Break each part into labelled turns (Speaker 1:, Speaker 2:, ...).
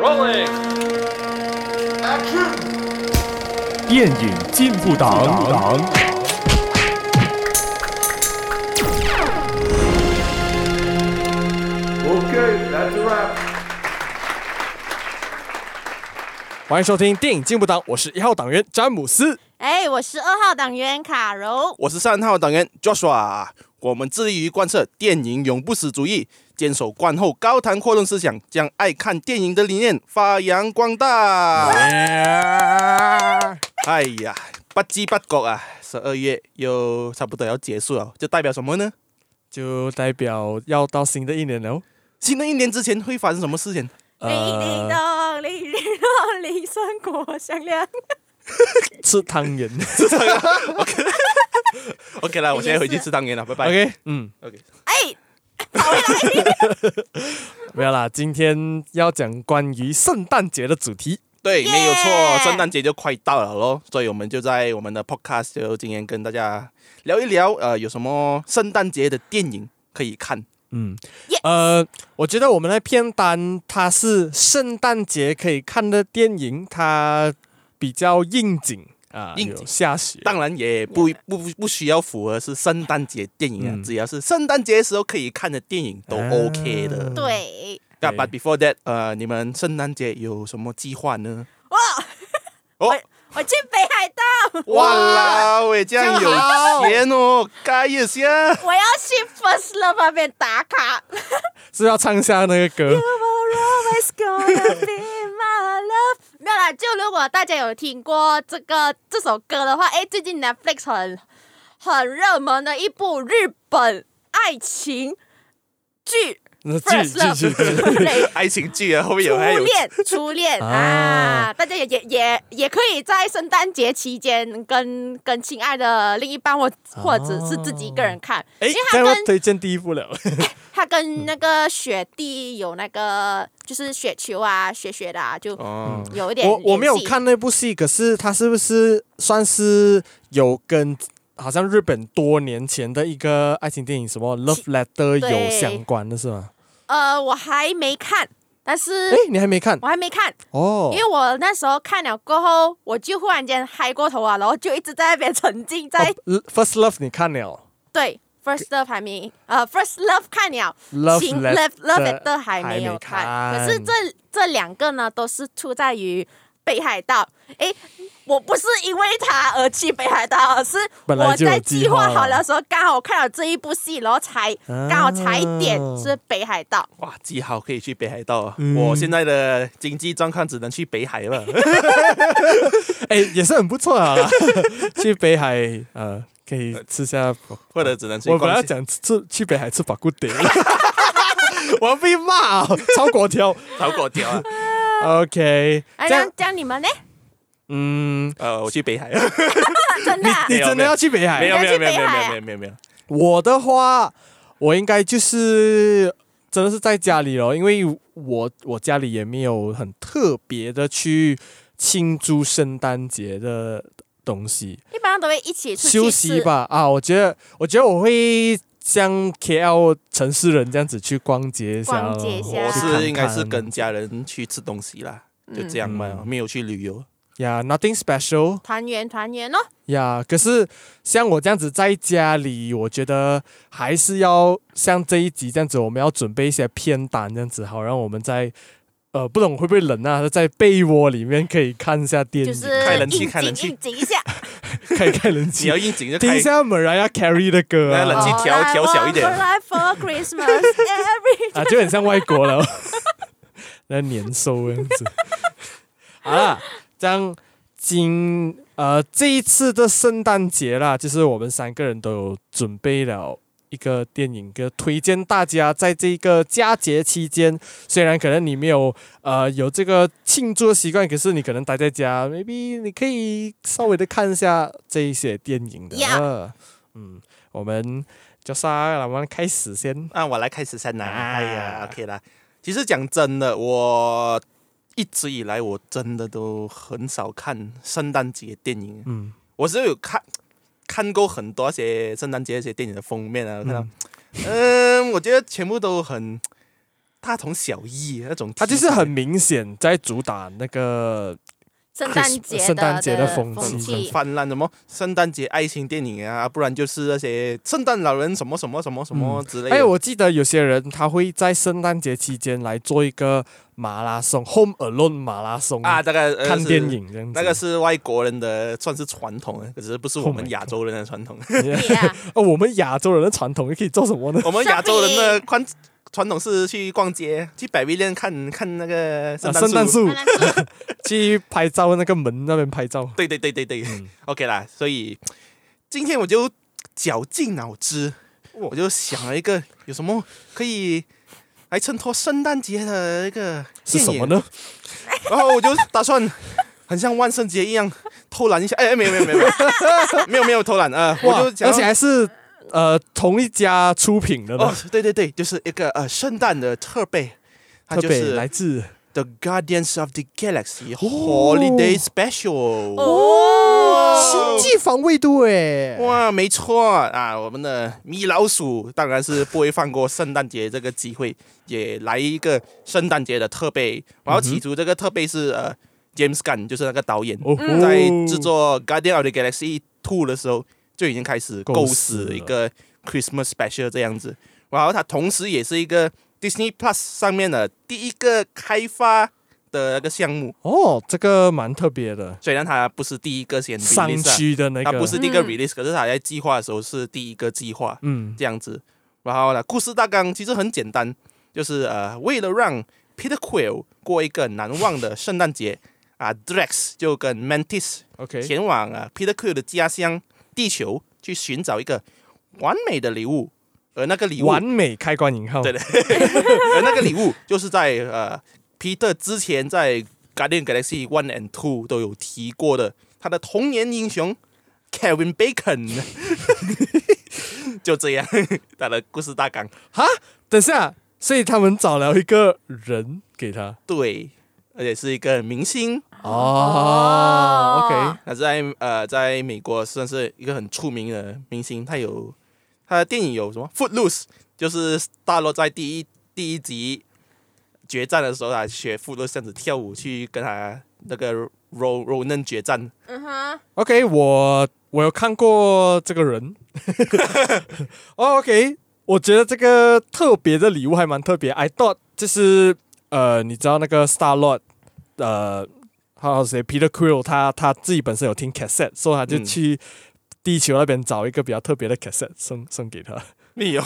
Speaker 1: rolling. Action.
Speaker 2: 电影进步党。
Speaker 1: Okay, that's a wrap.
Speaker 3: 欢迎收听电影进步党，我是一号党员詹姆斯。
Speaker 4: 哎，我是二号党员卡柔。
Speaker 5: 我是三号党员 Joshua。我们致力于贯彻电影永不死主义，坚守观后高谈阔论思想，将爱看电影的理念发扬光大。哎呀，不知不觉啊，十二月又差不多要结束了，这代表什么呢？
Speaker 3: 就代表要到新的一年了哦。
Speaker 5: 新的一年之前会发生什么事情？
Speaker 4: 叮叮
Speaker 3: 呃，
Speaker 4: 咚，铃铃咚，铃声果响亮。
Speaker 3: 吃汤圆。
Speaker 5: OK 啦，我现在回去吃汤圆了，拜拜。
Speaker 3: OK，嗯，
Speaker 4: 哎，
Speaker 3: 没有啦，今天要讲关于圣诞节的主题。
Speaker 5: 对，
Speaker 4: 耶
Speaker 5: 没有错，圣诞节就快到了喽，所以我们就在我们的 podcast 就今天跟大家聊一聊，呃，有什么圣诞节的电影可以看？
Speaker 3: 嗯
Speaker 4: Yes
Speaker 3: 呃，我觉得我们的片单它是圣诞节可以看的电影，它比较应景啊，
Speaker 5: 应景
Speaker 3: 有下雪。
Speaker 5: 当然也不不不不需要符合是圣诞节电影啊，
Speaker 3: 嗯
Speaker 5: 只要是圣诞节时候可以看的电影都
Speaker 3: 啊
Speaker 5: OK 的。
Speaker 4: 对，
Speaker 5: 那 But before that，呃，你们圣诞节有什么计划呢？
Speaker 4: 哇，
Speaker 5: 哦，
Speaker 4: 我去北海道，
Speaker 5: 哇啦喂，这样有钱哦，该一下。
Speaker 4: 我要去 First Love 那边打卡。
Speaker 3: 是要唱一下那个歌
Speaker 4: You're always gonna be my love。没有啦，就如果大家有听过这个这首歌的话，哎，最近 Netflix 很很热门的一部日本爱情剧
Speaker 3: 那 继
Speaker 4: ，First
Speaker 3: 继续。继续
Speaker 4: Love 对。
Speaker 5: 爱情剧啊，后面有还有
Speaker 4: 初恋， 初恋
Speaker 3: 啊
Speaker 4: 啊！大家也也也也可以在圣诞节期间跟跟亲爱的另一半或或者是自己一个人看，
Speaker 3: 哎
Speaker 4: 因为，
Speaker 3: 这
Speaker 4: 它
Speaker 3: 样我
Speaker 4: 跟
Speaker 3: 推荐第一部了。
Speaker 4: 它跟那个雪地有那个就是雪球啊、雪雪的啊，就
Speaker 5: 哦。
Speaker 4: 有一点
Speaker 3: 我我没有
Speaker 4: 联系
Speaker 3: 看那部戏，可是它是不是算是有跟好像日本多年前的一个爱情电影什么《Love Letter》有
Speaker 4: 对
Speaker 3: 相关的是吗？
Speaker 4: 呃，我还没看，但
Speaker 3: 哎
Speaker 4: 是，
Speaker 3: 你还没看
Speaker 4: 我还没看，
Speaker 3: 哦？
Speaker 4: 因为我那时候看了过后，我就忽然间嗨过头啊，然后就一直在那边沉浸在、
Speaker 3: 哦 First Love 你看了
Speaker 4: 对 First Love 还没呃 First Love 看了，
Speaker 3: ，Love
Speaker 4: 情 Love Love
Speaker 3: Letter
Speaker 4: It 还
Speaker 3: 还
Speaker 4: 没有
Speaker 3: 没看
Speaker 4: 可是这这两个呢，都是出在于北海道，哎。我不是因为它而去北海道，而是
Speaker 3: 本来
Speaker 4: 我
Speaker 3: 就有
Speaker 4: 在
Speaker 3: 计
Speaker 4: 计
Speaker 3: 划
Speaker 4: 划好了的时候，刚好看了这一部戏，然后才
Speaker 3: 啊
Speaker 4: 刚好踩点是北海道。
Speaker 5: 哇，记好可以去北海道啊！
Speaker 3: 嗯
Speaker 5: 我现在的经济状况只能去北海了。
Speaker 3: 哎也是很不错啊， 去北海呃可以吃下。
Speaker 5: 或者只能去
Speaker 3: 我
Speaker 5: 逛
Speaker 3: 本来要
Speaker 5: 街
Speaker 3: 讲吃去北海吃法棍点， 我要被骂啊，超果 条。
Speaker 5: 炒粿条 啊。
Speaker 3: OK，
Speaker 4: 哎，
Speaker 3: 这
Speaker 4: 这
Speaker 3: 样
Speaker 4: 样这样你们呢？
Speaker 3: 嗯，
Speaker 5: 呃，我去北海，
Speaker 4: 真的啊、
Speaker 3: 你
Speaker 5: 没有
Speaker 3: 真
Speaker 5: 没
Speaker 3: 的
Speaker 5: 有
Speaker 3: 要去北海？
Speaker 5: 没有没有
Speaker 4: 去
Speaker 5: 没有没
Speaker 4: 北
Speaker 5: 有
Speaker 4: 海
Speaker 5: 没
Speaker 4: 啊
Speaker 5: 有没有没有。
Speaker 3: 我的话，我应该就是真的是在家里咯，因为我我家里也没有很特别的去庆祝圣诞节的东西，
Speaker 4: 一般都会一起出去吃
Speaker 3: 休息。吧啊，我觉得我觉得我会。像 KL 城市人这样子去逛街一下咯，
Speaker 4: 逛街一下
Speaker 5: 我
Speaker 4: 去
Speaker 5: 是应该是跟家人去吃东西啦，就这样嘛，
Speaker 3: 嗯
Speaker 5: 没有去旅游。
Speaker 3: 呀、yeah,，nothing special
Speaker 4: 团圆团圆哦，
Speaker 3: 呀、可是像我这样子在家里，我觉得还是要像这一集这样子，我们要准备一些片单这样子，好让我们在呃，不懂会不会冷啊，在被窝里面可以看一下电影，
Speaker 4: 就是
Speaker 5: 开冷
Speaker 4: 应
Speaker 5: 气
Speaker 4: 景
Speaker 5: 开冷气
Speaker 4: 应景一下，
Speaker 3: 开开冷
Speaker 5: 你
Speaker 3: 气
Speaker 5: 要，应景就
Speaker 3: 听
Speaker 5: 开
Speaker 3: 一，下 Mariah Carey 的歌
Speaker 5: 那冷
Speaker 3: 啊
Speaker 5: 气调调小一点
Speaker 4: All I want 哦 for Christmas every
Speaker 3: 啊，就很像外国了， 那年收这样子。好啦，这样今呃这一次的圣诞节啦，就是我们三个人都有准备了一个电影，个推荐大家在这个佳节期间，虽然可能你没有呃有这个庆祝的习惯，可是你可能待在家，maybe 你可以稍微的看一下这一些电影的。
Speaker 4: Yeah
Speaker 3: 嗯，我们就啥，我们开始先。
Speaker 5: 啊，我来开始先啦。
Speaker 3: 啊
Speaker 5: 哎呀，OK 啦。其实讲真的，我一直以来我真的都很少看圣诞节电影。
Speaker 3: 嗯。
Speaker 5: 我是有看看过很多嗯些圣诞节一些电影的封面啊，我看到，嗯、我觉得全部都很大同小异那种题材，
Speaker 3: 它就是很明显在主打那个
Speaker 4: 圣诞节的
Speaker 3: 圣诞节的
Speaker 4: 的
Speaker 3: 风
Speaker 4: 风
Speaker 3: 气
Speaker 4: 气，
Speaker 5: 泛滥什么圣诞节爱情电影啊，不然就是那些圣诞老人什么什么什么什么之类的。
Speaker 3: 哎，我记得有些人他会在圣诞节期间来做一个马拉松，Home Alone 马拉松
Speaker 5: 啊，，大概、呃
Speaker 3: 看
Speaker 5: 是
Speaker 3: 电影这样子。
Speaker 5: 那个是外国人的算是传统，可是不是我
Speaker 3: Oh
Speaker 5: 们
Speaker 3: my
Speaker 5: 亚洲人的传统。
Speaker 4: 对啊，
Speaker 3: 哦，我们亚洲人的传统又可以做什么呢？
Speaker 5: 我们亚洲人的宽传统是去逛街，去百威店看看那个 圣
Speaker 3: 啊
Speaker 5: 诞
Speaker 3: 圣诞树
Speaker 4: 当然是
Speaker 3: 去拍照，那个门那边拍照。
Speaker 5: 对对对对对、
Speaker 3: 嗯
Speaker 5: o k 啦。所以今天我就绞尽脑汁，
Speaker 3: 哇
Speaker 5: 我就想了一个有什么可以来衬托圣诞节的一个
Speaker 3: 是
Speaker 5: 电
Speaker 3: 什
Speaker 5: 影
Speaker 3: 么？呢？
Speaker 5: 然后我就打算很像万圣节一样偷懒一下，哎，哎没有没有没有没 有没有没有偷懒啊、呃，
Speaker 3: 哇
Speaker 5: 我就讲
Speaker 3: 而且还是呃同一家出品的呢
Speaker 5: 哦，，对对对，就是一个呃圣诞的特备，它
Speaker 3: 特
Speaker 5: 就
Speaker 3: 别
Speaker 5: 是
Speaker 3: 来自
Speaker 5: The Guardians of the Galaxy
Speaker 3: 哦
Speaker 5: Holiday Special。
Speaker 4: 哦，
Speaker 3: 际防卫队
Speaker 5: 哇，没错啊！我们的米老鼠当然是不会放过圣诞节这个机会，也来一个圣诞节的特备。然后起初这个特备是呃，James Gunn 就是那个导演，
Speaker 3: 哦吼
Speaker 5: 在制作《Guardian of the Galaxy Two》的时候就已经开始构
Speaker 3: 构
Speaker 5: 思
Speaker 3: 思
Speaker 5: 一个 Christmas Special 这样子。然后它同时也是一个 Disney Plus 上面的第一个开发的那个项目，
Speaker 3: 哦，这个蛮特别的，
Speaker 5: 虽然它不是第一个先 release 啊
Speaker 3: 商区的那
Speaker 5: 它
Speaker 3: 个
Speaker 5: 不是第一个
Speaker 4: 嗯
Speaker 5: release，、可是它在计划的时候是第一个计划
Speaker 3: 嗯
Speaker 5: 这样子。然后呢，故事大纲其实很简单，就是呃，为了让 Peter Quill 过一个难忘的圣诞节啊，Drax 就跟 Mantis
Speaker 3: ，OK，
Speaker 5: 前往啊 Peter Quill 的家乡地球去寻找一个完美的礼物，而那个礼物，
Speaker 3: 完美开关引号，
Speaker 5: 对的 而呃那个礼物就是在呃 Peter 之前在 Guardian Galaxy One and Two 都有提过的，他的童年英雄 Kevin Bacon，就这样， 他的故事大纲
Speaker 3: 哈，等下，啊所以他们找了一个人给他
Speaker 5: 对，而且是一个明星，
Speaker 3: 哦，OK，
Speaker 5: 那在呃，在美国算是一个很出名的明星，他有他的电影有什么《Footloose》，就是大洛在第一第一集决战的时候，他学 Footloose 这样子跳舞去跟他那个 Ro Ronan 决战。
Speaker 4: 嗯哼，
Speaker 3: OK，我我有看过这个人。 哦 OK，我觉得这个特别的礼物还蛮特别。I thought 就是呃，你知道那个 Star Lord，呃，还有谁 Peter Quill，他他自己本身有听 cassette，所以他就
Speaker 5: 嗯
Speaker 3: 去地球那边找一个比较特别的 cassette 送送给他。
Speaker 5: 没有，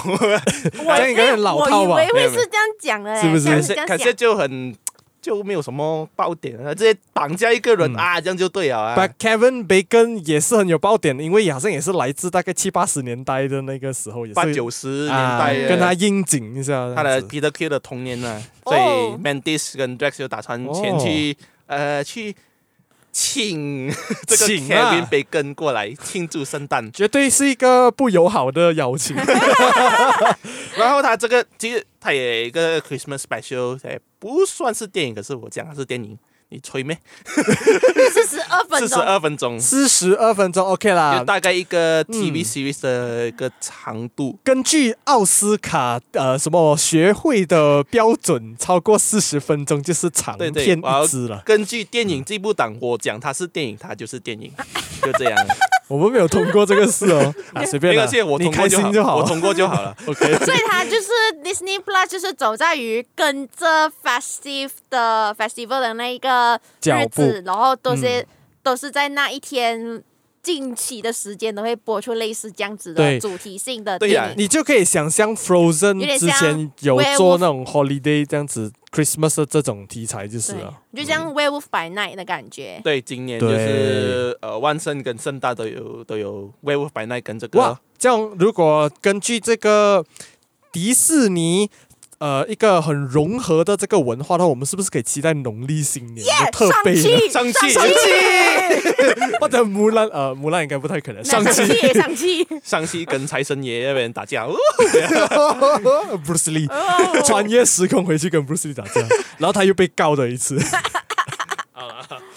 Speaker 3: 这样应该很老套吧
Speaker 4: 我以？
Speaker 5: 没
Speaker 4: 为
Speaker 5: 有
Speaker 4: 会
Speaker 5: 没
Speaker 4: 是这样讲的嘞，
Speaker 3: 是不是
Speaker 4: 这样
Speaker 5: 感
Speaker 4: 子这样
Speaker 5: 谢感谢
Speaker 4: 讲，
Speaker 5: 就很就没有什么爆点了，直接绑架一个人、
Speaker 3: 嗯
Speaker 5: 啊，这样就对了啊。
Speaker 3: But Kevin Bacon 也是很有爆点，因为好像也是来自大概七八十年代的那个时候，也是
Speaker 5: 八九十年
Speaker 3: 啊
Speaker 5: 代、
Speaker 3: 跟他应景一下这样子，
Speaker 5: 他的 Peter Q 的童年呢，
Speaker 4: 哦
Speaker 5: 所以 Mandis 跟 Drax 就打算前去、呃去 请这个
Speaker 3: 哦请啊
Speaker 5: Kevin Bacon 过来庆祝圣 诞。
Speaker 3: 绝对是一个不友好的邀 请。
Speaker 5: 然后他这个其实他也有一个 Christmas Special，也不算是电影，可是我讲它是电影，你吹咩？
Speaker 4: 四十二分
Speaker 5: 四十
Speaker 4: 钟，
Speaker 5: 二分钟，
Speaker 3: 四十二分钟 OK
Speaker 5: 就
Speaker 3: 啦。
Speaker 5: 大概一个 TV
Speaker 3: 啊嗯
Speaker 5: series 的一个长度。
Speaker 3: 根据奥斯卡呃什么学会的标准，超过四十分钟就是长
Speaker 5: 对
Speaker 3: 片
Speaker 5: 对
Speaker 3: 一支了。
Speaker 5: 根据电影这部档，我讲它是电影，它就是电影，就这 样。
Speaker 3: 我们没有通过这个事 哦，啊随便
Speaker 5: 没
Speaker 3: 啦
Speaker 5: 关系，我
Speaker 3: 你
Speaker 5: 通过
Speaker 3: 开心
Speaker 5: 就
Speaker 3: 好
Speaker 5: 我。通过就好了。
Speaker 3: OK，
Speaker 4: 所以它就是 Disney Plus，就是走在于跟着 festive 的 festival 的那一个
Speaker 3: 脚
Speaker 4: 日
Speaker 3: 步
Speaker 4: 子，然后都是、都是在那一天近期的时间都会播出类似这样子的
Speaker 3: 对
Speaker 4: 主题性的
Speaker 5: 对呀
Speaker 4: 电影。
Speaker 3: 你就可以想象 Frozen
Speaker 4: 点
Speaker 3: 之
Speaker 4: 像
Speaker 3: 前有
Speaker 4: Werewolf
Speaker 3: 做那种 holiday 这样子 Christmas 的这种题材就是
Speaker 4: 对
Speaker 3: 了。，
Speaker 4: 就像 Werewolf by Night 的感觉。
Speaker 5: 对，今年
Speaker 3: 对
Speaker 5: 就是呃，万圣跟圣诞都有都有 Werewolf by Night 跟这个
Speaker 3: 哇，这样如果根据这个迪士尼呃一个很融合的这个文化的话，我们是不是可以期待农历新年的特
Speaker 4: 上
Speaker 3: 备呢？
Speaker 4: 气，
Speaker 5: 上
Speaker 4: 气，
Speaker 5: 气
Speaker 4: 上
Speaker 3: 或者木兰呃木兰应该不太可能，上期
Speaker 4: 气，上气。
Speaker 5: 上期跟财神爷那边打架，哦
Speaker 3: Bruce Lee
Speaker 4: 哦
Speaker 3: 穿越时空回去跟 Bruce Lee 打架，然后他又被告了一次。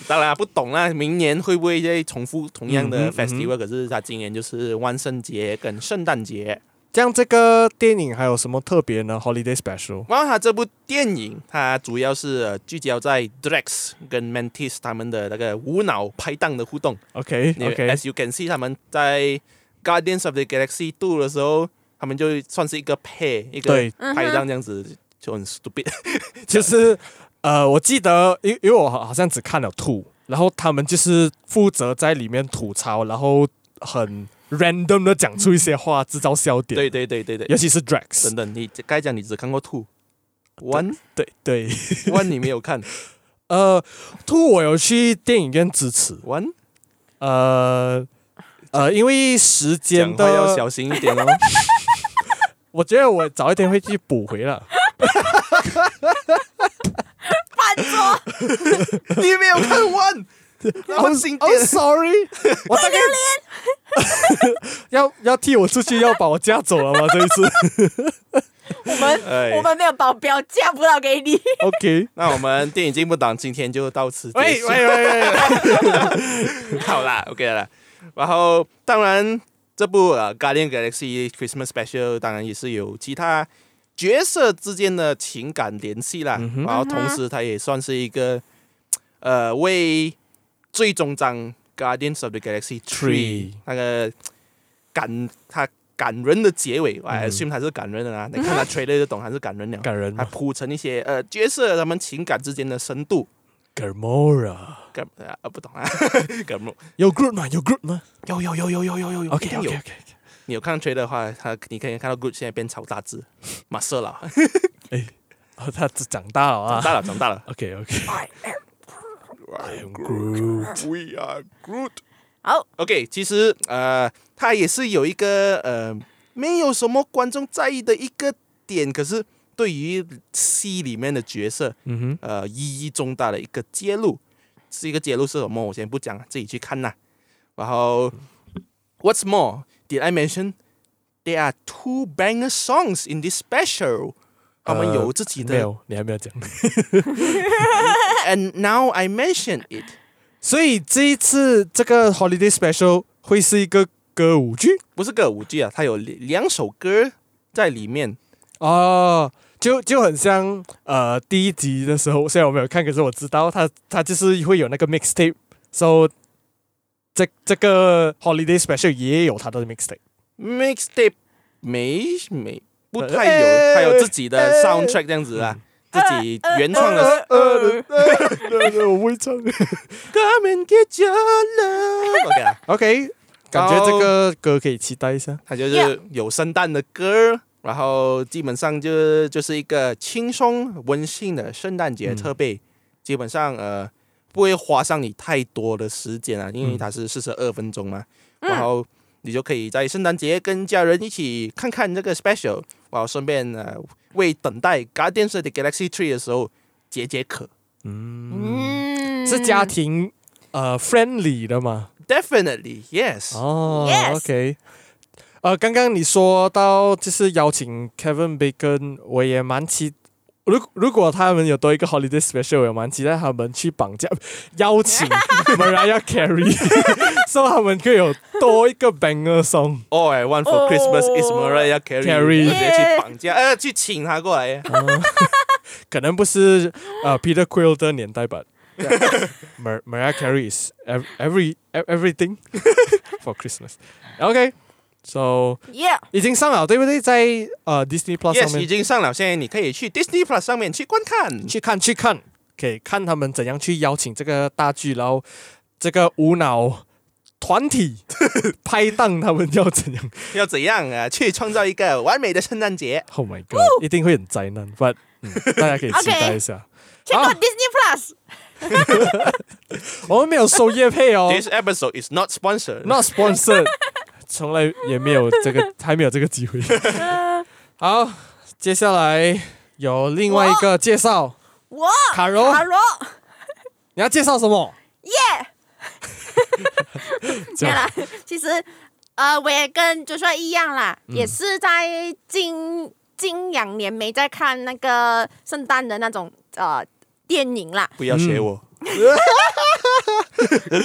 Speaker 5: 当然啊不懂啦，明年会不会再重复同样的
Speaker 3: 嗯哼
Speaker 5: festival？可是他今年就是万圣节跟圣诞节，
Speaker 3: 这样这个电影还有什么特别呢？Holiday Special
Speaker 5: 然后他这部电影，它主要是呃聚焦在 Drex 跟 Mantis 他们的那个无脑拍档的互动。
Speaker 3: OK
Speaker 5: 你
Speaker 3: OK，
Speaker 5: As you can see，他们在 Guardians of the Galaxy 2的时候，他们就算是一个 pair，一个
Speaker 3: 对，
Speaker 4: 嗯哼
Speaker 5: 拍档这样子，就很 stupid。
Speaker 3: 就是呃，我记得，因因为我好像只看了 two，然后他们就是负责在里面吐槽，然后很 random 的讲出一些话，制造笑点。
Speaker 5: 对对对对对
Speaker 3: 尤，其是 Drax，
Speaker 5: 真的，你该讲你只看过 Two。One
Speaker 3: 对对，
Speaker 5: One 你没有看
Speaker 3: 呃，two 我有去电影院支持，
Speaker 5: One，
Speaker 3: 呃呃，因为时间
Speaker 5: 讲话要
Speaker 3: 的，
Speaker 5: 小心一点哦。
Speaker 3: 我觉得我早一天会去补回 了。
Speaker 4: 翻桌，
Speaker 5: 你没有看 One，然后 新
Speaker 3: Oh
Speaker 5: 电
Speaker 3: sorry，我大概 要要替我出去，要把我架走了吗？这一 次
Speaker 4: 我们、
Speaker 5: 哎
Speaker 4: 我们没有保镖，嫁不到给你。
Speaker 3: ，OK。
Speaker 5: 那我们电影进步党今天就到此结
Speaker 3: 喂
Speaker 5: 束，
Speaker 3: 喂喂 喂，
Speaker 5: 好啦，OK 啦。然后当然这部呃《Guardian Galaxy Christmas Special》当然也是有其他角色之间的情感联系啦，
Speaker 3: 嗯哼
Speaker 5: 然后同时它也算是一个呃为最终章《Guardians of the Galaxy Three
Speaker 3: Three》
Speaker 5: 那个感它感人的结尾，我
Speaker 3: 嗯
Speaker 5: assume 它是感人的啦，你看它 trailer 就懂它是感人了，
Speaker 3: 感人
Speaker 5: 它
Speaker 3: 吗
Speaker 5: 铺成一些呃角色他们情感之间的深度。
Speaker 3: ？Gamora
Speaker 5: 感啊不懂啊， 感冒
Speaker 3: 有 Groot 吗？有 Groot 吗
Speaker 5: 有有有有有有有有一
Speaker 3: ？OK
Speaker 5: 定
Speaker 3: OK
Speaker 5: 有
Speaker 3: OK，
Speaker 5: 你有看 t r a 的话，他你可以看到 Good 现在变超大只，马色了，
Speaker 3: 哦，他只长大了
Speaker 5: 长
Speaker 3: 啊。
Speaker 5: 大了，长大了。
Speaker 3: OK OK，
Speaker 5: We are Groot。
Speaker 4: 好，
Speaker 5: OK，其实呃，他也是有一个呃，没有什么观众在意的一个点，可是对于戏里面的角色，
Speaker 3: 嗯
Speaker 5: 呃，意义重大的一个揭露，是一个揭露是什么？我先不讲，自己去看啦。然后，What's more, did I mention there are two banger songs in this special？他们有自己
Speaker 3: 哼，
Speaker 5: 的
Speaker 3: 没有，你还没有讲。
Speaker 5: And now I mention it，
Speaker 3: 所以这一次这个 Holiday Special 会是一个歌舞剧
Speaker 5: 不是歌舞剧啊，它有两两首歌在里面。
Speaker 3: 哦。就就很像呃第一集的时候，虽然我没有看，可是我知道它它就是会有那个 mixtape，so 这这个 holiday special 也有它的 mixtape。
Speaker 5: Mixtape 没没不太
Speaker 3: 哎
Speaker 5: 有，它有自己的
Speaker 3: 哎
Speaker 5: soundtrack 这样子啊，自己原创 的。
Speaker 4: 呃呃
Speaker 3: 我不会唱。
Speaker 5: Come and get your 啊 love，OK 啦，
Speaker 3: OK，感觉这个歌可以期待一下。
Speaker 5: 它就是
Speaker 4: Yeah
Speaker 5: 有圣诞的歌，然后基本上就就是一个轻松温馨的圣诞节
Speaker 3: 嗯
Speaker 5: 特备，基本上呃不会花上你太多的时间啊，因为
Speaker 3: 嗯
Speaker 5: 它是四十二分钟嘛，
Speaker 4: 嗯
Speaker 5: 然后你就可以在圣诞节跟家人一起看看这个 special，然后顺便呃为等待《Guardians of the Galaxy Three》的时候解解渴。
Speaker 4: 嗯
Speaker 3: 是家庭呃 friendly 的嘛？
Speaker 5: Definitely yes，、
Speaker 3: 哦
Speaker 4: Yes
Speaker 3: ，OK。呃，刚刚你说到就是邀请 Kevin Bacon，我也蛮期。如如果他们有多一个 holiday special，我也蛮期待他们去绑架邀请 Mariah Carey，说 他们会有多一个 banger song。
Speaker 5: All I want for Christmas is
Speaker 4: Oh
Speaker 5: Mariah Carey，
Speaker 3: Carey
Speaker 5: 直接去绑架，呃，去请她过来。
Speaker 3: 可能不是呃 Peter Quill 的年代吧。Mar Mariah Carey is ev- every ev- everything for Christmas. OK, so
Speaker 4: ，Yeah，
Speaker 3: 已经上了对不对？在呃 Disney Plus 上
Speaker 5: Yes，已
Speaker 3: 面
Speaker 5: 经上了，现在你可以去 Disney Plus 上面去观看。
Speaker 3: 去看去看，可以看他们怎样去邀请这个大剧，然后这个无脑团体 拍档他们要怎样
Speaker 5: 要怎样啊？去创造一个完美的圣诞节。
Speaker 3: ？Oh my god，一定会很灾难，but、嗯、大家可以期 待一下。
Speaker 4: 去
Speaker 5: 啊
Speaker 4: 过 Disney Plus，
Speaker 3: 我们没有收业配 哦
Speaker 5: This episode is not sponsored。
Speaker 3: ，not sponsored，从来也没有这个，还没有这个机会。 好，接下来有另外一个介绍，
Speaker 4: 我
Speaker 3: 卡柔
Speaker 4: 卡罗
Speaker 3: 你要介绍什么？
Speaker 4: ，Yeah。
Speaker 3: 这
Speaker 4: 没有
Speaker 3: 样
Speaker 4: 啦，其实呃，我也跟就说一样啦，
Speaker 5: 嗯
Speaker 4: 也是在近近两年没在看那个圣诞的那种呃电影啦。
Speaker 5: 不要学我，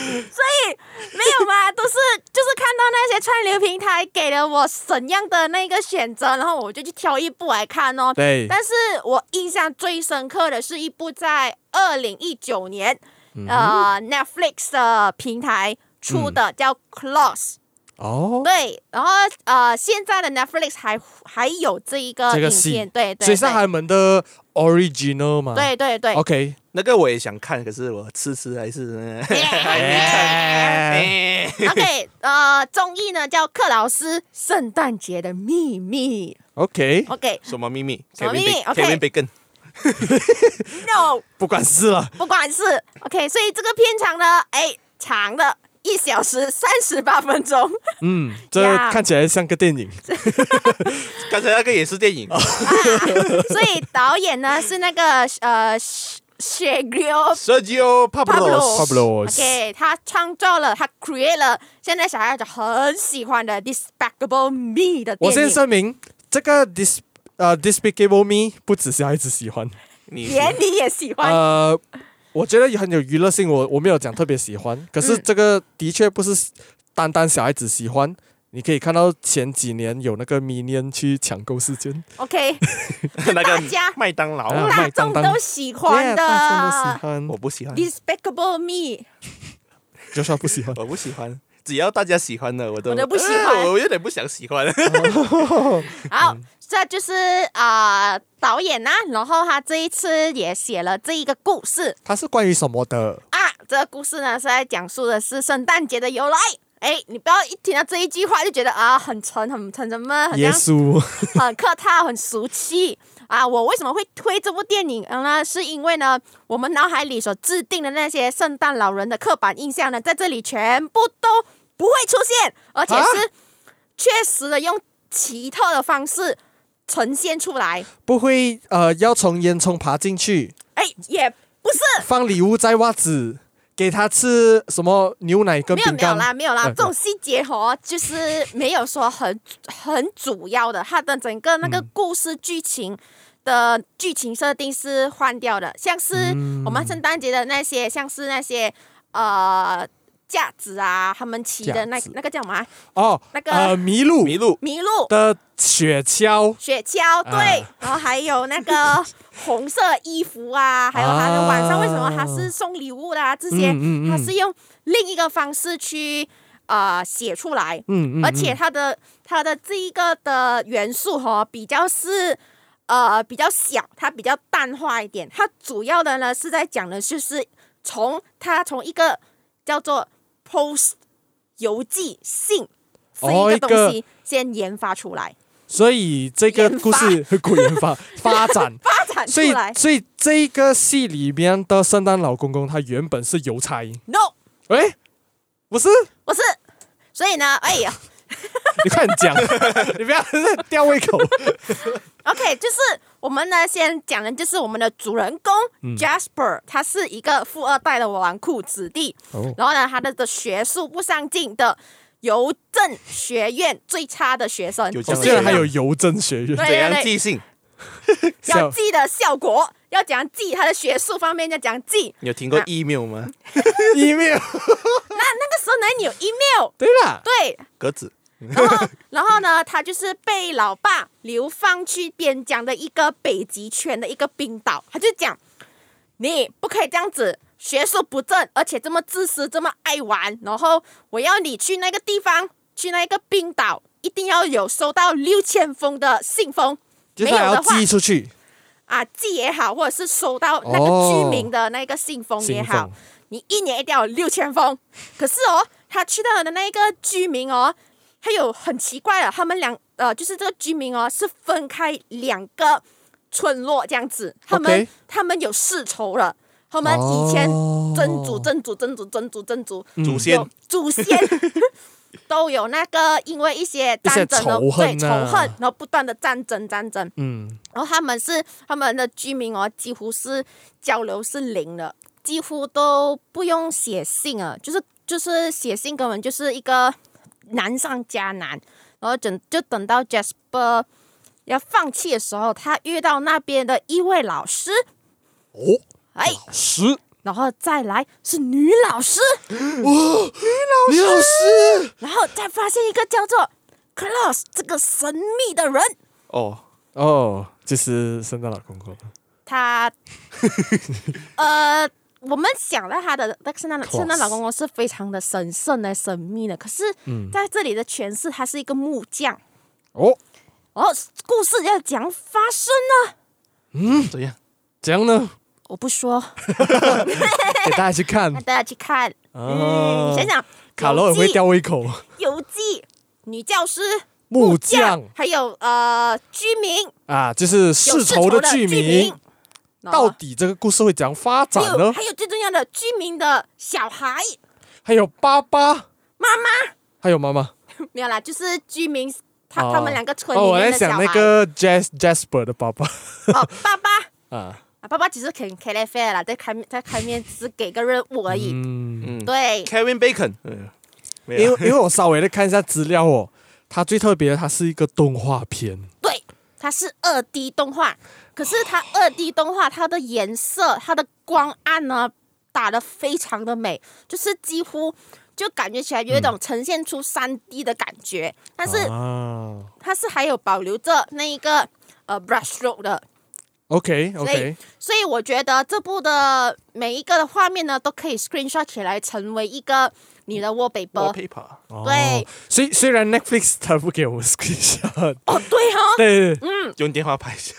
Speaker 4: 没有 嘛，都是就是看到那些串流平台给了我怎样的那个选择，然后我就去挑一部来看哦。
Speaker 3: 对，
Speaker 4: 但是我印象最深刻的是一部在二零一九年，
Speaker 3: 嗯
Speaker 4: 呃，Netflix 的平台出的、
Speaker 3: 嗯
Speaker 4: 叫《Close》。
Speaker 3: 哦，
Speaker 4: 对，然后呃，现在的 Netflix 还还有这一个
Speaker 3: 这个
Speaker 4: 影
Speaker 3: 戏
Speaker 4: 片，对对
Speaker 3: 所以是他们的 original 嘛。
Speaker 4: 对对对对，
Speaker 3: ，OK，
Speaker 5: 那个我也想看，可是我迟迟还是
Speaker 4: Yeah
Speaker 5: 哎
Speaker 4: OK，呃，综艺呢叫《克劳斯圣诞节的秘密
Speaker 3: OK，》。
Speaker 4: OK，No，、
Speaker 5: 什么秘密？
Speaker 4: 什么秘密 OK
Speaker 5: Kevin Bacon，
Speaker 4: No，
Speaker 3: 不管事了。
Speaker 4: 不管是 OK，所以这个片长呢，哎，长的一小时三十八分钟
Speaker 3: 嗯，这
Speaker 4: 呀
Speaker 3: 看起来像个电影。
Speaker 5: 刚才那个也是电影，
Speaker 4: 啊， 所以导演呢是那个呃雪雪流
Speaker 5: Sergio Pablos，
Speaker 3: Pablos
Speaker 4: OK，他创造了，他 create 了现在小孩子很喜欢的《Despicable Me》的电影。
Speaker 3: 我先声明，这个 dis 呃 despicable me 不只是孩子喜欢，
Speaker 5: 你
Speaker 4: 连你也喜欢，
Speaker 3: 呃，我觉得很有娱乐性，我我没有讲特别喜欢，可是
Speaker 4: 嗯
Speaker 3: 这个的确不是单单小孩子喜欢。你可以看到前几年有那个 Minion 去抢购事件，
Speaker 4: OK，
Speaker 5: 那个
Speaker 4: 大家
Speaker 5: 麦当劳，
Speaker 3: 啊
Speaker 4: 大
Speaker 3: 麦当
Speaker 4: 众
Speaker 3: 当
Speaker 4: 都喜欢
Speaker 3: Yeah，大
Speaker 4: 的
Speaker 3: 家都喜
Speaker 5: 我
Speaker 3: 欢，
Speaker 5: 不喜欢，。
Speaker 4: Despicable Me》。
Speaker 3: 就算不喜欢
Speaker 5: 我不喜欢，只要大家喜欢的我都
Speaker 4: 我都不喜欢哦
Speaker 5: 呃 我有点不想喜 欢。
Speaker 3: 嗯
Speaker 4: 好，这就是啊、呃导演呐、然后他这一次也写了这一个故事
Speaker 3: 它是关于什么的？
Speaker 4: 啊，这个故事呢是在讲述的是圣诞节的由来。哎，你不要一听到这一句话就觉得啊，很沉、很沉什么，很
Speaker 3: 耶
Speaker 4: 像
Speaker 3: 稣，
Speaker 4: 很客套，很俗气啊！我为什么会推这部电影呢？是因为呢，我们脑海里所制定的那些圣诞老人的刻板印象呢，在这里全部都不会出现，而且是确实的用奇特的方式呈现出来。
Speaker 3: 不会呃要从烟囱爬进去，
Speaker 4: 哎，也不是，
Speaker 3: 放礼物在袜子，给他吃什么牛奶跟
Speaker 4: 没有
Speaker 3: 饼
Speaker 4: 没有
Speaker 3: 干？
Speaker 4: 啦，没有啦，
Speaker 3: 嗯
Speaker 4: 这种细节哦，就是没有说很很主要的，它的整个那
Speaker 3: 嗯
Speaker 4: 个故事剧情的剧情设定是换掉的，像是我们圣诞节的那些，像是那些呃架子啊，他们骑的那
Speaker 3: 架子
Speaker 4: 那个叫什么啊
Speaker 3: 哦，
Speaker 4: 那个
Speaker 3: 呃麋鹿
Speaker 5: 麋鹿
Speaker 4: 麋鹿、
Speaker 3: 的雪橇，
Speaker 4: 雪橇，对
Speaker 3: 啊，
Speaker 4: 然后还有那个红色衣服啊，还有他的晚上为什么他是送礼物啦、这些
Speaker 3: 嗯嗯嗯
Speaker 4: 他是用另一个方式去呃写出来。
Speaker 3: 嗯嗯，
Speaker 4: 而且它的它的这一个的元素哈、比较是呃比较小，它比较淡化一点。它主要的呢是在讲的就是从它从一个叫做 post 邮寄信是
Speaker 3: 哦
Speaker 4: 一
Speaker 3: 一
Speaker 4: 个
Speaker 3: 个
Speaker 4: 东西先研发出来，，
Speaker 3: 所以这个故事 鬼研发 发展
Speaker 4: 发展出
Speaker 3: 所以
Speaker 4: 来。
Speaker 3: 所以这个戏里面的圣诞老公公他原本是邮差，
Speaker 4: No，
Speaker 3: 喂，不是，
Speaker 4: 不是。所以呢，哎呀
Speaker 3: 你快 点讲，你不要再吊胃口。
Speaker 4: ，OK，就是 我们呢先讲的就是我们的主人公、Jasper，他
Speaker 3: 嗯
Speaker 4: 是一个富二代的纨绔子弟。
Speaker 3: 哦，
Speaker 4: 然后呢，他的的学术不上进的邮政学院最差的学生，哦
Speaker 5: 有这
Speaker 3: 我
Speaker 5: 样
Speaker 3: 虽然还有邮政学院，
Speaker 4: 对
Speaker 5: 怎
Speaker 4: 对
Speaker 5: 样
Speaker 4: 对
Speaker 5: 即兴？
Speaker 4: 要
Speaker 3: 笑
Speaker 4: 记的效果，要怎样记他的学术方面要怎样记。
Speaker 5: 你有听过
Speaker 4: 啊
Speaker 5: email 吗？
Speaker 3: email，
Speaker 4: 那那个时候呢，你有 email
Speaker 3: 对啦，
Speaker 4: 对，
Speaker 5: 格子
Speaker 4: 然后然后呢，他就是被老爸流放去边疆的一个北极圈的一个冰岛，他就讲你不可以这样子。学术不正，而且这么自私，这么爱玩，然后我要你去那个地方，去那个冰岛，一定要有收到六千封的信封，
Speaker 3: 就是
Speaker 4: 没
Speaker 3: 还
Speaker 4: 有
Speaker 3: 要
Speaker 4: 的话
Speaker 3: 寄出去，
Speaker 4: 啊，寄也好，或者是收到那个居民的那个信封也
Speaker 3: 信
Speaker 4: 好
Speaker 3: 封，
Speaker 4: 你一年一定要有六千封。可是哦，他去到的那一个居民哦，他有很奇怪的，他们两呃，就是这个居民哦是分开两个村落这样子，他们
Speaker 3: OK
Speaker 4: 他们有世仇了，他们以前
Speaker 3: 哦
Speaker 4: 真主真主真主真主真主
Speaker 3: 嗯
Speaker 5: 祖先
Speaker 4: 有，祖先 都有那个因为一些
Speaker 3: 一些
Speaker 4: 战争哦
Speaker 3: 仇恨
Speaker 4: 对仇
Speaker 3: 啊
Speaker 4: 恨，然后不断的战争战争。
Speaker 3: 嗯，
Speaker 4: 然后他们是他们的居民哦，几乎是交流是零的，几乎都不用写信啊，就是就是写信根本就是一个难上加难。然后等就等到 Jasper 要放弃的时候，他遇到那边的一位老师，
Speaker 3: 哦，
Speaker 4: 哎，
Speaker 3: 十
Speaker 4: 然后再来是女老师，
Speaker 5: 李老师
Speaker 4: 然后再发现一个叫做 Klaus 这个神秘的人，
Speaker 5: 哦，
Speaker 3: 哦，就是圣诞老公公。
Speaker 4: 他呃，我们想到他的那个圣诞老圣诞老公公是非常的神圣的、神秘的，可是
Speaker 3: 嗯
Speaker 4: 在这里的诠释，他是一个木匠。
Speaker 3: 哦，
Speaker 4: 然后故事要怎样发生呢？
Speaker 3: 嗯
Speaker 5: 怎样？
Speaker 3: 怎样呢？
Speaker 4: 我 不说，
Speaker 3: 给大家去看
Speaker 4: 让大家去看。
Speaker 3: 啊
Speaker 4: 嗯，想想
Speaker 3: 卡罗尔会吊胃口。
Speaker 4: 游记、女教师、
Speaker 3: 木
Speaker 4: 匠
Speaker 3: 匠，
Speaker 4: 还有呃居民，
Speaker 3: 啊，就是
Speaker 4: 有
Speaker 3: 世
Speaker 4: 世仇
Speaker 3: 仇的剧
Speaker 4: 居民
Speaker 3: 名，，
Speaker 4: 哦
Speaker 3: 到底这个故事会怎样发展
Speaker 4: 然后还有
Speaker 3: 呢？
Speaker 4: 还有最重要的居民的小孩，
Speaker 3: 还有爸爸、妈妈，还有妈妈。
Speaker 4: 没有啦，就是居民他、
Speaker 3: 哦
Speaker 4: 他们两个村里
Speaker 3: 哦，我
Speaker 4: 面
Speaker 3: 在
Speaker 4: 的小
Speaker 3: 想
Speaker 4: 孩。
Speaker 3: 那个 Jas Jasper 的爸爸
Speaker 4: 哦， 爸爸
Speaker 3: 啊，
Speaker 4: 啊，爸爸其实肯开来费了，在开在开面只是给个任务而已。
Speaker 3: 嗯，
Speaker 5: 嗯
Speaker 4: 对，
Speaker 5: ，Kevin Bacon，嗯，没
Speaker 3: 因
Speaker 5: 有
Speaker 3: 为因为我稍微的看一下资料哦，它最特别的，它是一个动画片，
Speaker 4: 对，它是二 D 动画，可是它二 D 动画它的颜色、它的光暗呢，打得非常的美，就是几乎就感觉起来
Speaker 3: 嗯
Speaker 4: 有一种呈现出三 D 的感觉，但是
Speaker 3: 啊
Speaker 4: 它是还有保留着那一个呃 brush stroke 的。
Speaker 3: ，OK
Speaker 4: 所以
Speaker 3: OK，
Speaker 4: 所以我觉得这部的每一个的画面呢，都可以 screenshot 起来，成为一个你的 wallpaper。
Speaker 5: wallpaper，啊
Speaker 4: 对，
Speaker 3: 哦虽虽然 Netflix 它不给我们 screenshot，
Speaker 4: 哦，对哦，
Speaker 3: 对，
Speaker 5: 用电话拍一下，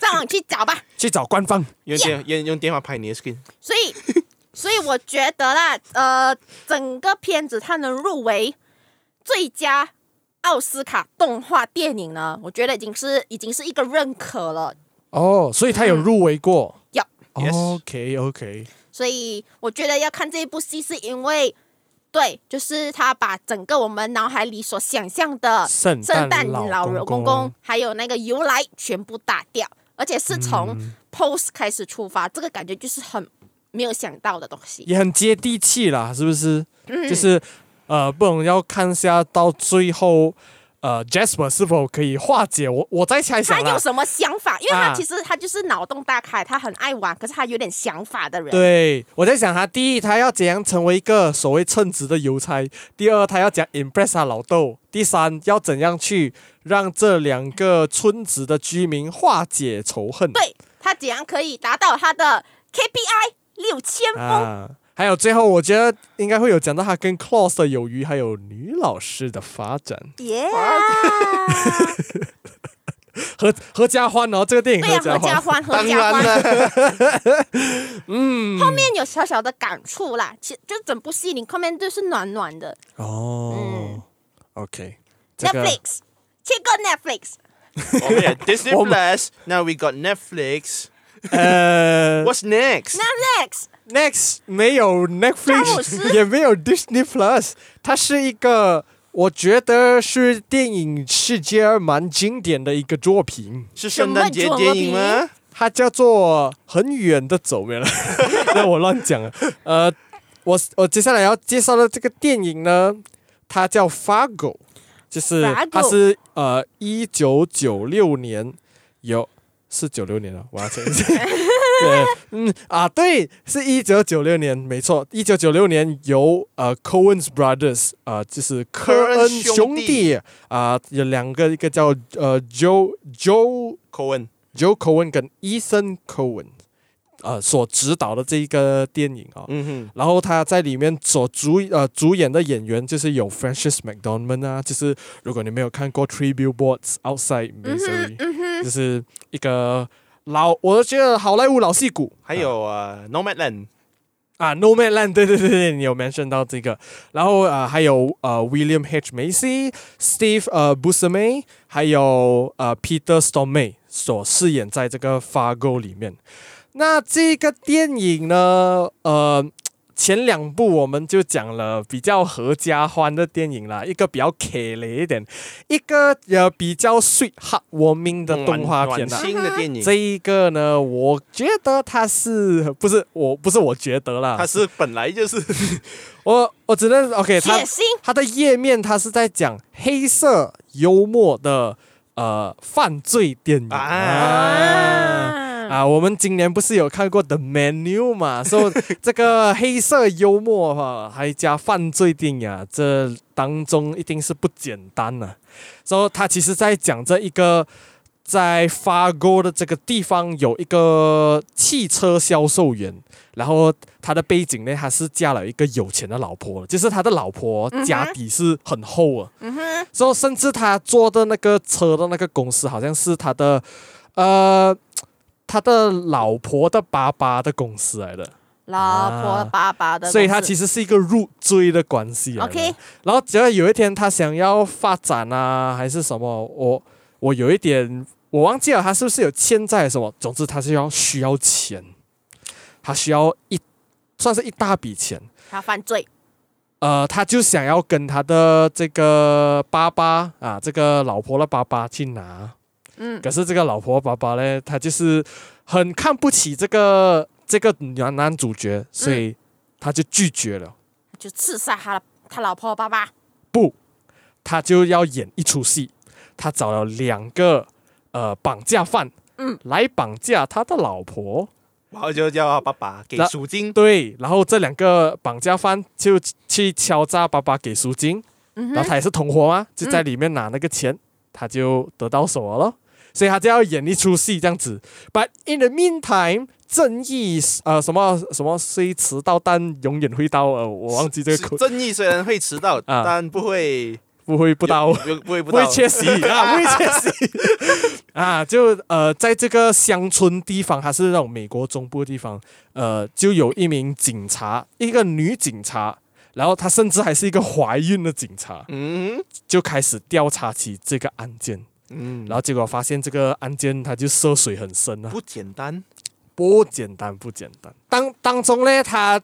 Speaker 4: 上网去找吧。
Speaker 3: 去找官
Speaker 4: 嗯
Speaker 3: 方，
Speaker 5: 用电用用电话拍你的 screen，
Speaker 4: 所以， 所以我觉得啦，呃，整个片子它能入围最佳奥斯卡动画电影呢，我觉得已经是已经是一个认可了。
Speaker 3: 哦，所以它有入围过
Speaker 4: 有，
Speaker 5: Yes
Speaker 3: ，OK OK，
Speaker 4: 所以我觉得要看这一部戏，是因为对，就是他把整个我们脑海里所想象的
Speaker 3: 圣
Speaker 4: 圣
Speaker 3: 诞
Speaker 4: 诞老
Speaker 3: 老
Speaker 4: 人公
Speaker 3: 公
Speaker 4: 公，还有那个由来全部打掉，而且是从
Speaker 3: 嗯
Speaker 4: post 开始出发，这个感觉就是很没有想到的东西。
Speaker 3: 也很接地气啦，是不是？
Speaker 4: 嗯
Speaker 3: 就是呃，不能要看一下到最后，呃，Jasper 是否可以化解我？我在猜
Speaker 4: 他
Speaker 3: 想啦
Speaker 4: 有，什么想法？因为他
Speaker 3: 啊
Speaker 4: 其实他就是脑洞大开，他很爱玩，可是他有点想法的人。
Speaker 3: 对我在想他第一，他要怎样成为一个所谓称职的邮差；第二，他要讲 impress 他老豆；第三，要怎样去让这两个村子的居民化解仇恨。
Speaker 4: 对他怎样可以达到他的 KPI 六千分？
Speaker 3: 啊。还有最后，我觉得应该会有讲到他跟 Claus 的友谊，还有女老师的发展，
Speaker 4: 耶！
Speaker 3: 合合家欢哦，这个电影
Speaker 4: 对呀，
Speaker 3: 合
Speaker 4: 合
Speaker 3: 家
Speaker 4: 家
Speaker 3: 欢。
Speaker 4: 欢，合
Speaker 5: 当
Speaker 4: 家
Speaker 5: 然
Speaker 4: 欢。
Speaker 5: 了，
Speaker 3: 嗯
Speaker 4: 后面有小小的感触啦，其就整部戏你后面就是暖暖的。
Speaker 3: 哦、o k 这个
Speaker 4: 嗯 Netflix，切个 Netflix，
Speaker 5: 我们也 Disney
Speaker 3: 我们
Speaker 5: Plus，now we got Netflix，what's
Speaker 3: 呃
Speaker 5: next？
Speaker 4: Netflix，
Speaker 3: ，Next 没有
Speaker 4: 詹姆
Speaker 3: Netflix，
Speaker 4: 斯
Speaker 3: 也没有 Disney Plus，它是一个我觉得是电影世界蛮经典的一个作品，
Speaker 5: 是圣诞节电影吗？
Speaker 3: 它叫做《很远的走》没了， 那我乱讲了。呃，我我接下来要介绍的这个电影呢，它叫《Fargo》，就是它
Speaker 4: Fargo
Speaker 3: 是呃一九九六年有是九六年了，啊我要确 认一下。对，嗯啊，对，是一九九六年，没错，一九九六年由呃 Coens Brothers 啊、就是科
Speaker 5: 恩
Speaker 3: 恩
Speaker 5: 兄
Speaker 3: 兄
Speaker 5: 弟
Speaker 3: 弟啊、有两个，一个叫呃 Joe Joe
Speaker 5: Cohen，
Speaker 3: Joe Cohen 跟 Ethan Cohen 呃所执导的这一个电影啊、
Speaker 5: 嗯
Speaker 3: 然后他在里面所主呃主演的演员就是有 Francis McDormand 啊，就是如果你没有看过《Three Billboards Outside
Speaker 5: 嗯
Speaker 3: Missouri、就是
Speaker 4: 嗯
Speaker 3: 一个老，我觉得好莱坞老戏骨，
Speaker 5: 哼，还有啊，Nomadland，
Speaker 3: 啊，Nomadland，对对对对，你有 mention 到这个，然后啊、呃还有呃 William H Macy、Steve 呃 Buscemi，还有呃 Peter Stormare 所饰演在这个 Fargo 里面。那这个电影呢，呃，前两部我们就讲了比较合家欢的电影啦，一个比较 K 了一点，一个呃比较 sweet heartwarming
Speaker 5: 嗯
Speaker 3: 的动画片啦。
Speaker 5: 新的电影
Speaker 3: 这，一个呢，我觉得它是不是我不是我觉得啦，
Speaker 5: 它是本来就是
Speaker 3: 我我只能 OK，它
Speaker 4: 嗯血腥
Speaker 3: 它的页面它是在讲黑色幽默的呃犯罪电影啊
Speaker 5: 啊
Speaker 3: 啊
Speaker 4: 啊！
Speaker 3: 啊，我们今年不是有看过《The Menu》嘛？说、so, 这个黑色幽默哈、还加犯罪电影啊，这当中一定是不简单呐、啊。然后他其实在讲这一个在发 a 的这个地方有一个汽车销售员，然后他的背景呢，他是嫁了一个有钱的老婆，就是他的老婆家底是很厚啊。
Speaker 4: 嗯哼，
Speaker 3: 之后甚至他做的那个车的那个公司，好像是他的呃他的老婆的爸爸的公司来的，
Speaker 4: 老婆爸爸的公司，
Speaker 3: 啊所以他其实是一个入赘的关系来的
Speaker 4: OK
Speaker 3: 然后只要有一天他想要发展啊，还是什么，我我有一点我忘记了，他是不是有欠债什么？总之他是要需要钱，他需要一算是一大笔钱。
Speaker 4: 他犯罪，
Speaker 3: 呃，他就想要跟他的这个爸爸啊，这个老婆的爸爸去拿，
Speaker 4: 嗯
Speaker 3: 可是这个老婆爸爸呢，他就是很看不起这个这个男男主角，所以他就拒绝了，
Speaker 4: 就刺杀他他老婆爸爸。
Speaker 3: 不，他就要演一出戏，他找了两个呃绑架犯，
Speaker 4: 嗯，
Speaker 3: 来绑架他的老婆，
Speaker 5: 然后就叫他爸爸给
Speaker 3: 那
Speaker 5: 赎金，
Speaker 3: 对，然后这两个绑架犯就去敲诈爸爸给赎金，
Speaker 4: 嗯
Speaker 3: 然后
Speaker 4: 哼，
Speaker 3: 他也是同伙啊，就在里面拿那个钱，他就得到手了咯。所以他就要演一出戏这样子。But in the meantime，正义呃什么什么虽迟到但永远会到，呃我忘记这
Speaker 5: 是
Speaker 3: 个口
Speaker 5: 正义虽然会迟到，
Speaker 3: 啊
Speaker 5: 但不会
Speaker 3: 不会不到。
Speaker 5: 不不会不
Speaker 3: 不会
Speaker 5: 到
Speaker 3: 缺 席啊，不会缺席 啊，就呃，在这个乡村地方，它是那种美国中部地方，呃，就有一名警察，一个女警察，然后她甚至还是一个怀孕的警察，
Speaker 5: 嗯
Speaker 3: 就开始调查起这个案件，
Speaker 5: 嗯，
Speaker 3: 然后结果发现这个案件它就涉水很深啊，
Speaker 5: 不简单，
Speaker 3: 不简单，不简单。当当中呢，它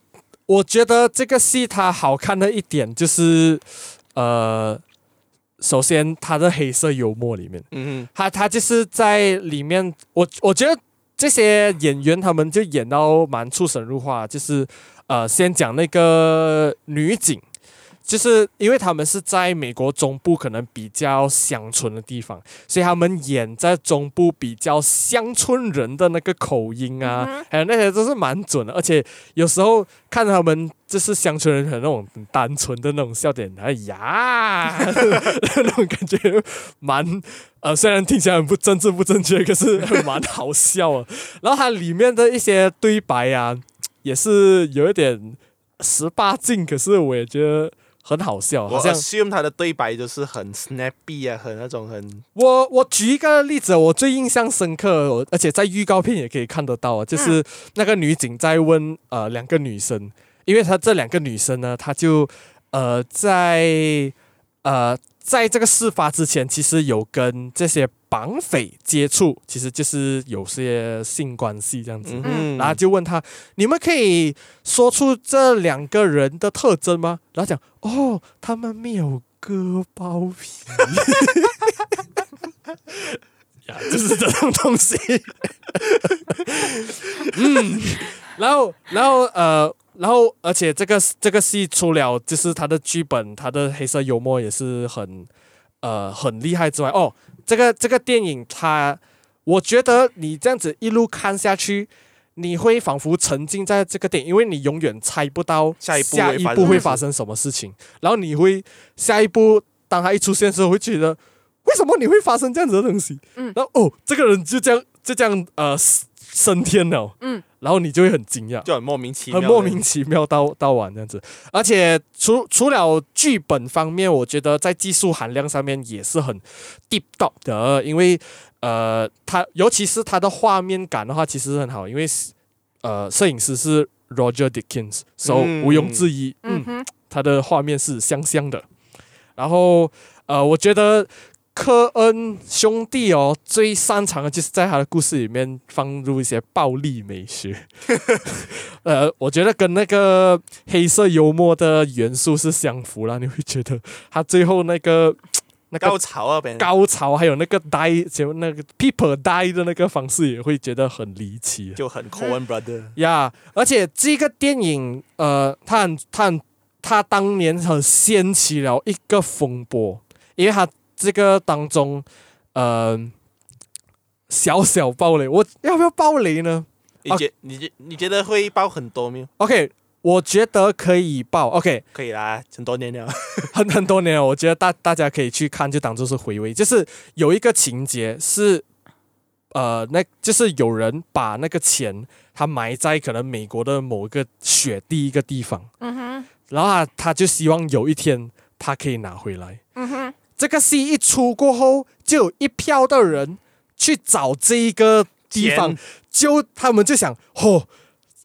Speaker 3: 我觉得这个戏它好看的一点就是，呃，首先它的黑色幽默里面。
Speaker 5: 嗯
Speaker 3: 他他就是在里面，我我觉得这些演员他们就演到蛮出神入化，就是呃，先讲那个女警，就是因为他们是在美国中部可能比较乡村的地方，所以他们演在中部比较乡村人的那个口音啊，还有那些都是蛮准的，而且有时候看他们就是乡村人很那种很单纯的那种笑点，哎呀，那种感觉蛮呃，虽然听起来很不政治不正确，可是蛮好笑啊。然后它里面的一些对白啊，也是有一点十八禁，可是我也觉得很好笑，哦好
Speaker 5: 我呃
Speaker 3: 像
Speaker 5: assume 他的对白就是很 snappy 啊，很那种很
Speaker 3: 我我举一个例子，我最印象深刻，我而且在预告片也可以看得到啊，就是那个女警在问呃两个女生，因为她这两个女生呢，她就呃在呃在这个事发之前，其实有跟这些绑匪接触，其实就是有些性关系这样子。
Speaker 5: 嗯
Speaker 3: 然后就问他：“你们可以说出这两个人的特征吗？”然后讲：“哦，他们没有割包皮。”呀，就是这种东西。嗯，然后，然后，呃，然后，而且这个这个戏除了就是他的剧本，他的黑色幽默也是很呃很厉害之外，哦，这个这个电影它，我觉得你这样子一路看下去。你会仿佛沉浸在这个电影，因为你永远猜不到
Speaker 5: 下一步会
Speaker 3: 下一
Speaker 5: 发生
Speaker 3: 步
Speaker 5: 什么
Speaker 3: 会
Speaker 5: 事
Speaker 3: 发生什么事情，然后你会下一步当他一出现的时候，会觉得为什么你会发生这样子的东西？
Speaker 4: 嗯
Speaker 3: 然后哦，这个人就这样就这样呃升天了，
Speaker 4: 嗯，
Speaker 3: 然后你就会很惊讶，
Speaker 5: 就很莫名其妙
Speaker 3: 很
Speaker 5: 的，
Speaker 3: 莫名其妙到到晚这样子。而且除除了剧本方面，我觉得在技术含量上面也是很 deep top 的，因为呃，它尤其是它的画面感的话，其实很好，因为呃，摄影师是 Roger Dickens，所、so,
Speaker 5: 嗯
Speaker 3: 毋庸置疑，嗯
Speaker 4: 嗯哼，
Speaker 3: 它的画面是香香的。然后呃，我觉得科恩兄弟哦，最擅长的就是在他的故事里面放入一些暴力美学。 呃，我觉得跟那个黑色幽默的元素是相符啦，你会觉得他最后那个那个
Speaker 5: 高潮啊，别人
Speaker 3: 高潮，还有那个 die 就那个 people die 的那个方式，也会觉得很离奇。啊
Speaker 5: 就很 Coen brother，
Speaker 3: 呀而且这个电影，呃，它很它很它当年很掀起了一个风波，因为它这个当中，呃，小小暴雷，我要不要暴雷呢
Speaker 5: 你觉你觉你觉得会爆很多没有？
Speaker 3: ？OK，我觉得可以爆。OK，
Speaker 5: 可以啦，很多年了。
Speaker 3: 很很多年了，我觉得大大家可以去看，就当做是回味。就是有一个情节是，呃，那就是有人把那个钱他埋在可能美国的某一个雪地一个地方，
Speaker 4: 嗯哼，
Speaker 3: 然后他他就希望有一天他可以拿回来。
Speaker 4: 嗯哼，
Speaker 3: 这个戏一出过后，就有一票的人去找这一个 地方
Speaker 5: 钱，
Speaker 3: 就他们就想，哦，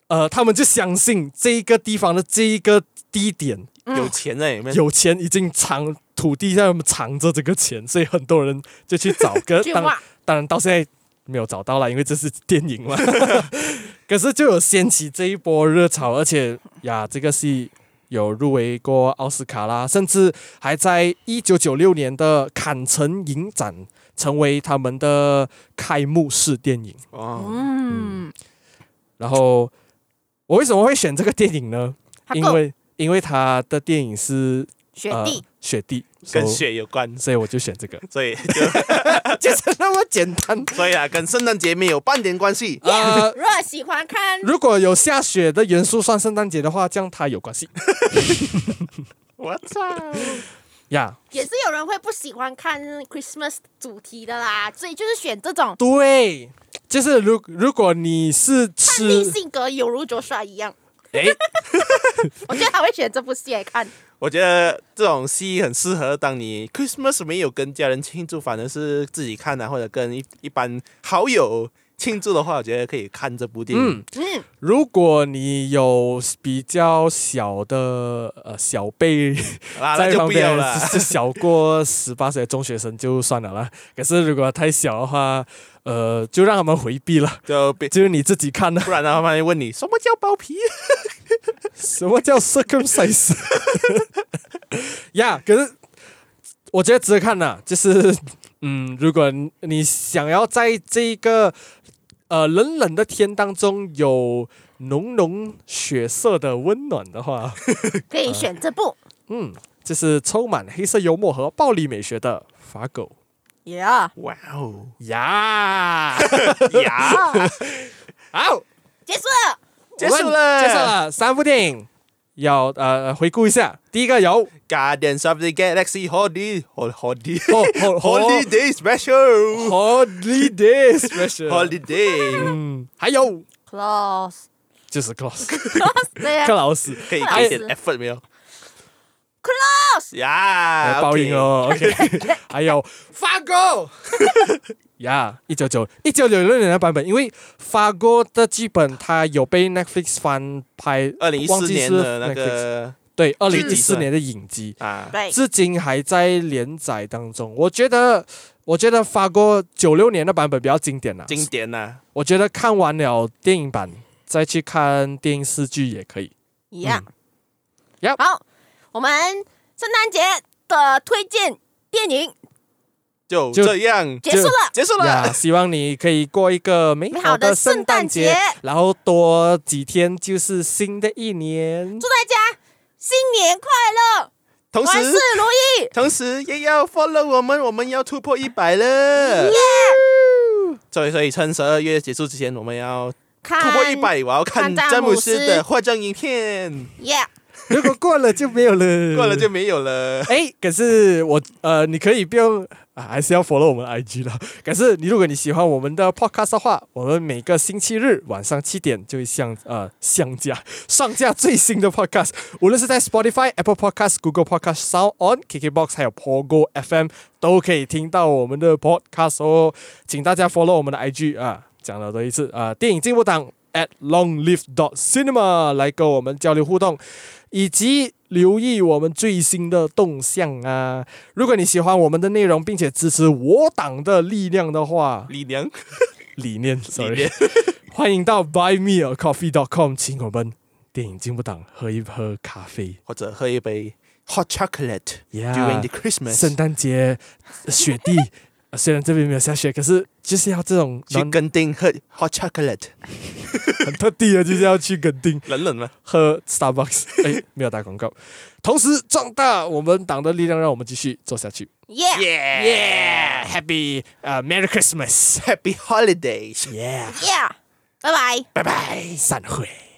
Speaker 3: 呃，他们就相信这一个地方的这一个地点
Speaker 5: 有钱在里面，
Speaker 3: 有钱已经藏土地上藏着这个钱，所以很多人就去找。可
Speaker 4: 去
Speaker 3: 呃当
Speaker 4: 挖
Speaker 3: 当然到现在没有找到啦，因为这是电影嘛。 可是就有掀起这一波热潮，而且呀，这个戏有入围过奥斯卡啦，甚至还在一九九六年的坎城影展成为他们的开幕式电影。
Speaker 5: 哦，
Speaker 4: 嗯，
Speaker 3: 然后我为什么会选这个电影呢？
Speaker 4: 他
Speaker 3: 因
Speaker 4: 够
Speaker 3: 为因为他的电影是
Speaker 4: 学
Speaker 3: 呃
Speaker 4: 弟，、
Speaker 3: 雪地，
Speaker 5: 跟
Speaker 3: so-
Speaker 5: 雪有关，
Speaker 3: 所以我就选这个，
Speaker 5: 所以 就
Speaker 3: 啊就是那么简单。
Speaker 5: 所以啊，跟圣诞节没有半点关系。
Speaker 3: 呃，
Speaker 4: 如果喜欢看，
Speaker 3: 如果有下雪的元素算圣诞节的话，这样它有关系
Speaker 5: 我操！
Speaker 3: 呀。
Speaker 4: 也是有人会不喜欢看 Christmas 主题的啦，所以就是选这种
Speaker 3: 对，就是如如果你是
Speaker 4: 叛逆
Speaker 3: 吃，
Speaker 4: 性格，有如卓帅一样。
Speaker 5: 哎，
Speaker 4: 我觉得他会选这部戏来看，
Speaker 5: 我觉得这种戏很适合当你 Christmas 没有跟家人庆祝，反而是自己看啊，或者跟一一般好友庆祝的话，我觉得可以看这部电影。
Speaker 3: 嗯，
Speaker 4: 嗯，
Speaker 3: 如果你有比较小的呃小辈
Speaker 5: 啊，那
Speaker 3: 在
Speaker 5: 就
Speaker 3: 旁
Speaker 5: 不要
Speaker 3: 边，
Speaker 5: 了。
Speaker 3: 是是小过十八岁的中学生就算了啦。可是如果太小的话，呃，就让他们回避了，
Speaker 5: 就别，
Speaker 3: 就是你自己看了。
Speaker 5: 不然的话，万一问你什么叫包皮，
Speaker 3: 什么叫 circumcise？呀可是我觉得值得看呐、就是嗯，如果你想要在这个呃冷冷的天当中有浓浓血色的温暖的话，
Speaker 4: 可以选这 部。
Speaker 3: 嗯，就是充满黑色幽默和暴力美学的法狗
Speaker 4: Yeah，
Speaker 5: 哇 哦
Speaker 3: 呀。
Speaker 5: 呀！
Speaker 3: 好，
Speaker 4: 结束了。
Speaker 5: 结束了
Speaker 3: 结束了三部电影。要呃回顾一下，第一个 有哦
Speaker 5: Guardians of the Galaxy Holiday Holiday
Speaker 3: 哦哦
Speaker 5: Holiday
Speaker 3: oh.
Speaker 5: Special
Speaker 3: Holiday Special，
Speaker 5: Holiday
Speaker 3: 嗯，还有
Speaker 4: Close，
Speaker 3: 就是 Klaus
Speaker 4: 对呀
Speaker 3: 克劳斯，
Speaker 5: 可以给一点 effort 没有？
Speaker 4: ，Close，
Speaker 5: 呀，
Speaker 3: 报应哦。OK，还 有 Fargo，呀，一九九一九九六年的版本，因为 Fargo 的剧本它有被 Netflix 翻拍，
Speaker 5: 二零一
Speaker 3: 忘
Speaker 5: 四
Speaker 3: 记
Speaker 5: 年
Speaker 3: 是
Speaker 5: 的那
Speaker 3: Netflix
Speaker 5: 个
Speaker 3: 对，二零
Speaker 5: 剧
Speaker 3: 一
Speaker 5: 集是
Speaker 3: 四
Speaker 5: 吧
Speaker 3: 年的影集，
Speaker 5: 啊，
Speaker 4: 对，
Speaker 3: 至今还在连载当中。我觉得，我觉得 Fargo 九六年的版本比较经典啦。啊
Speaker 5: 经典呐，
Speaker 3: 我觉得看完了电影版再去看电视剧也可以。
Speaker 4: 一样。
Speaker 5: 嗯
Speaker 3: Yep
Speaker 4: 好，我们圣诞节的推荐电影
Speaker 5: 就
Speaker 3: 就
Speaker 5: 这样
Speaker 4: 结束了，
Speaker 5: 结束
Speaker 3: 呀，
Speaker 5: 了。
Speaker 3: 希望你可以过一个美
Speaker 4: 美
Speaker 3: 好
Speaker 4: 好
Speaker 3: 的
Speaker 4: 的
Speaker 3: 圣
Speaker 4: 圣
Speaker 3: 诞
Speaker 4: 诞
Speaker 3: 节
Speaker 4: 节，
Speaker 3: 然后多几天就是新的一年
Speaker 4: 祝。大家新年快乐，
Speaker 5: 同时
Speaker 4: 万事如意。
Speaker 5: 同时也要 follow 我们，我们要突破一百了。所以所以趁十二月结束之前，我们要
Speaker 4: 看
Speaker 5: 突破一百，我要看
Speaker 4: 啊看詹
Speaker 5: 詹姆
Speaker 4: 姆
Speaker 5: 斯
Speaker 4: 斯
Speaker 5: 的化妆影片，
Speaker 4: ，Yeah，
Speaker 3: 如果过了就没有了，
Speaker 5: 过了 就没有了。
Speaker 3: 哎。可是我呃，你可以不用，啊、还是要 follow 我们的 IG 了。 可是你如果你喜欢我们的 podcast 的话，我们每个星期日晚上七点就会上呃上架上架最新的 podcast，无论是在 Spotify、Apple Podcast、Google Podcast、Sound On、KKBox 还有 Pogo FM 都可以听到我们的 podcast 哦。请大家 follow 我们的 IG 啊，讲了多一次啊，电影进步党 at long live dot cinema 来跟我们交流互动，以及留意我们最新的动向啊。如果你喜欢我们的内容，并且支持我党的力量的话，
Speaker 5: 李娘，
Speaker 3: 理念
Speaker 5: 李
Speaker 3: ，sorry，
Speaker 5: 娘，
Speaker 3: 欢迎到 buymeacoffee.com 请我们电影进步党喝一喝咖啡。
Speaker 5: 或者喝一杯 hot chocolate
Speaker 3: Yeah
Speaker 5: during the Christmas。
Speaker 3: 圣诞节，雪地 呃虽然这边没有下雪，可是就是要这种
Speaker 5: 去
Speaker 3: 暖
Speaker 5: 跟丁喝 hot chocolate，
Speaker 3: 很特地的，就是要去垦丁
Speaker 5: 冷冷吗？
Speaker 3: 喝 Starbucks。哎，没有打广告。同时壮大我们党的力量，让我们继续做下去。
Speaker 4: 耶
Speaker 3: Yeah, happy 呃 Merry Christmas.
Speaker 5: Happy holidays，
Speaker 3: Yeah，
Speaker 4: 耶，拜拜。
Speaker 3: 拜拜，散会。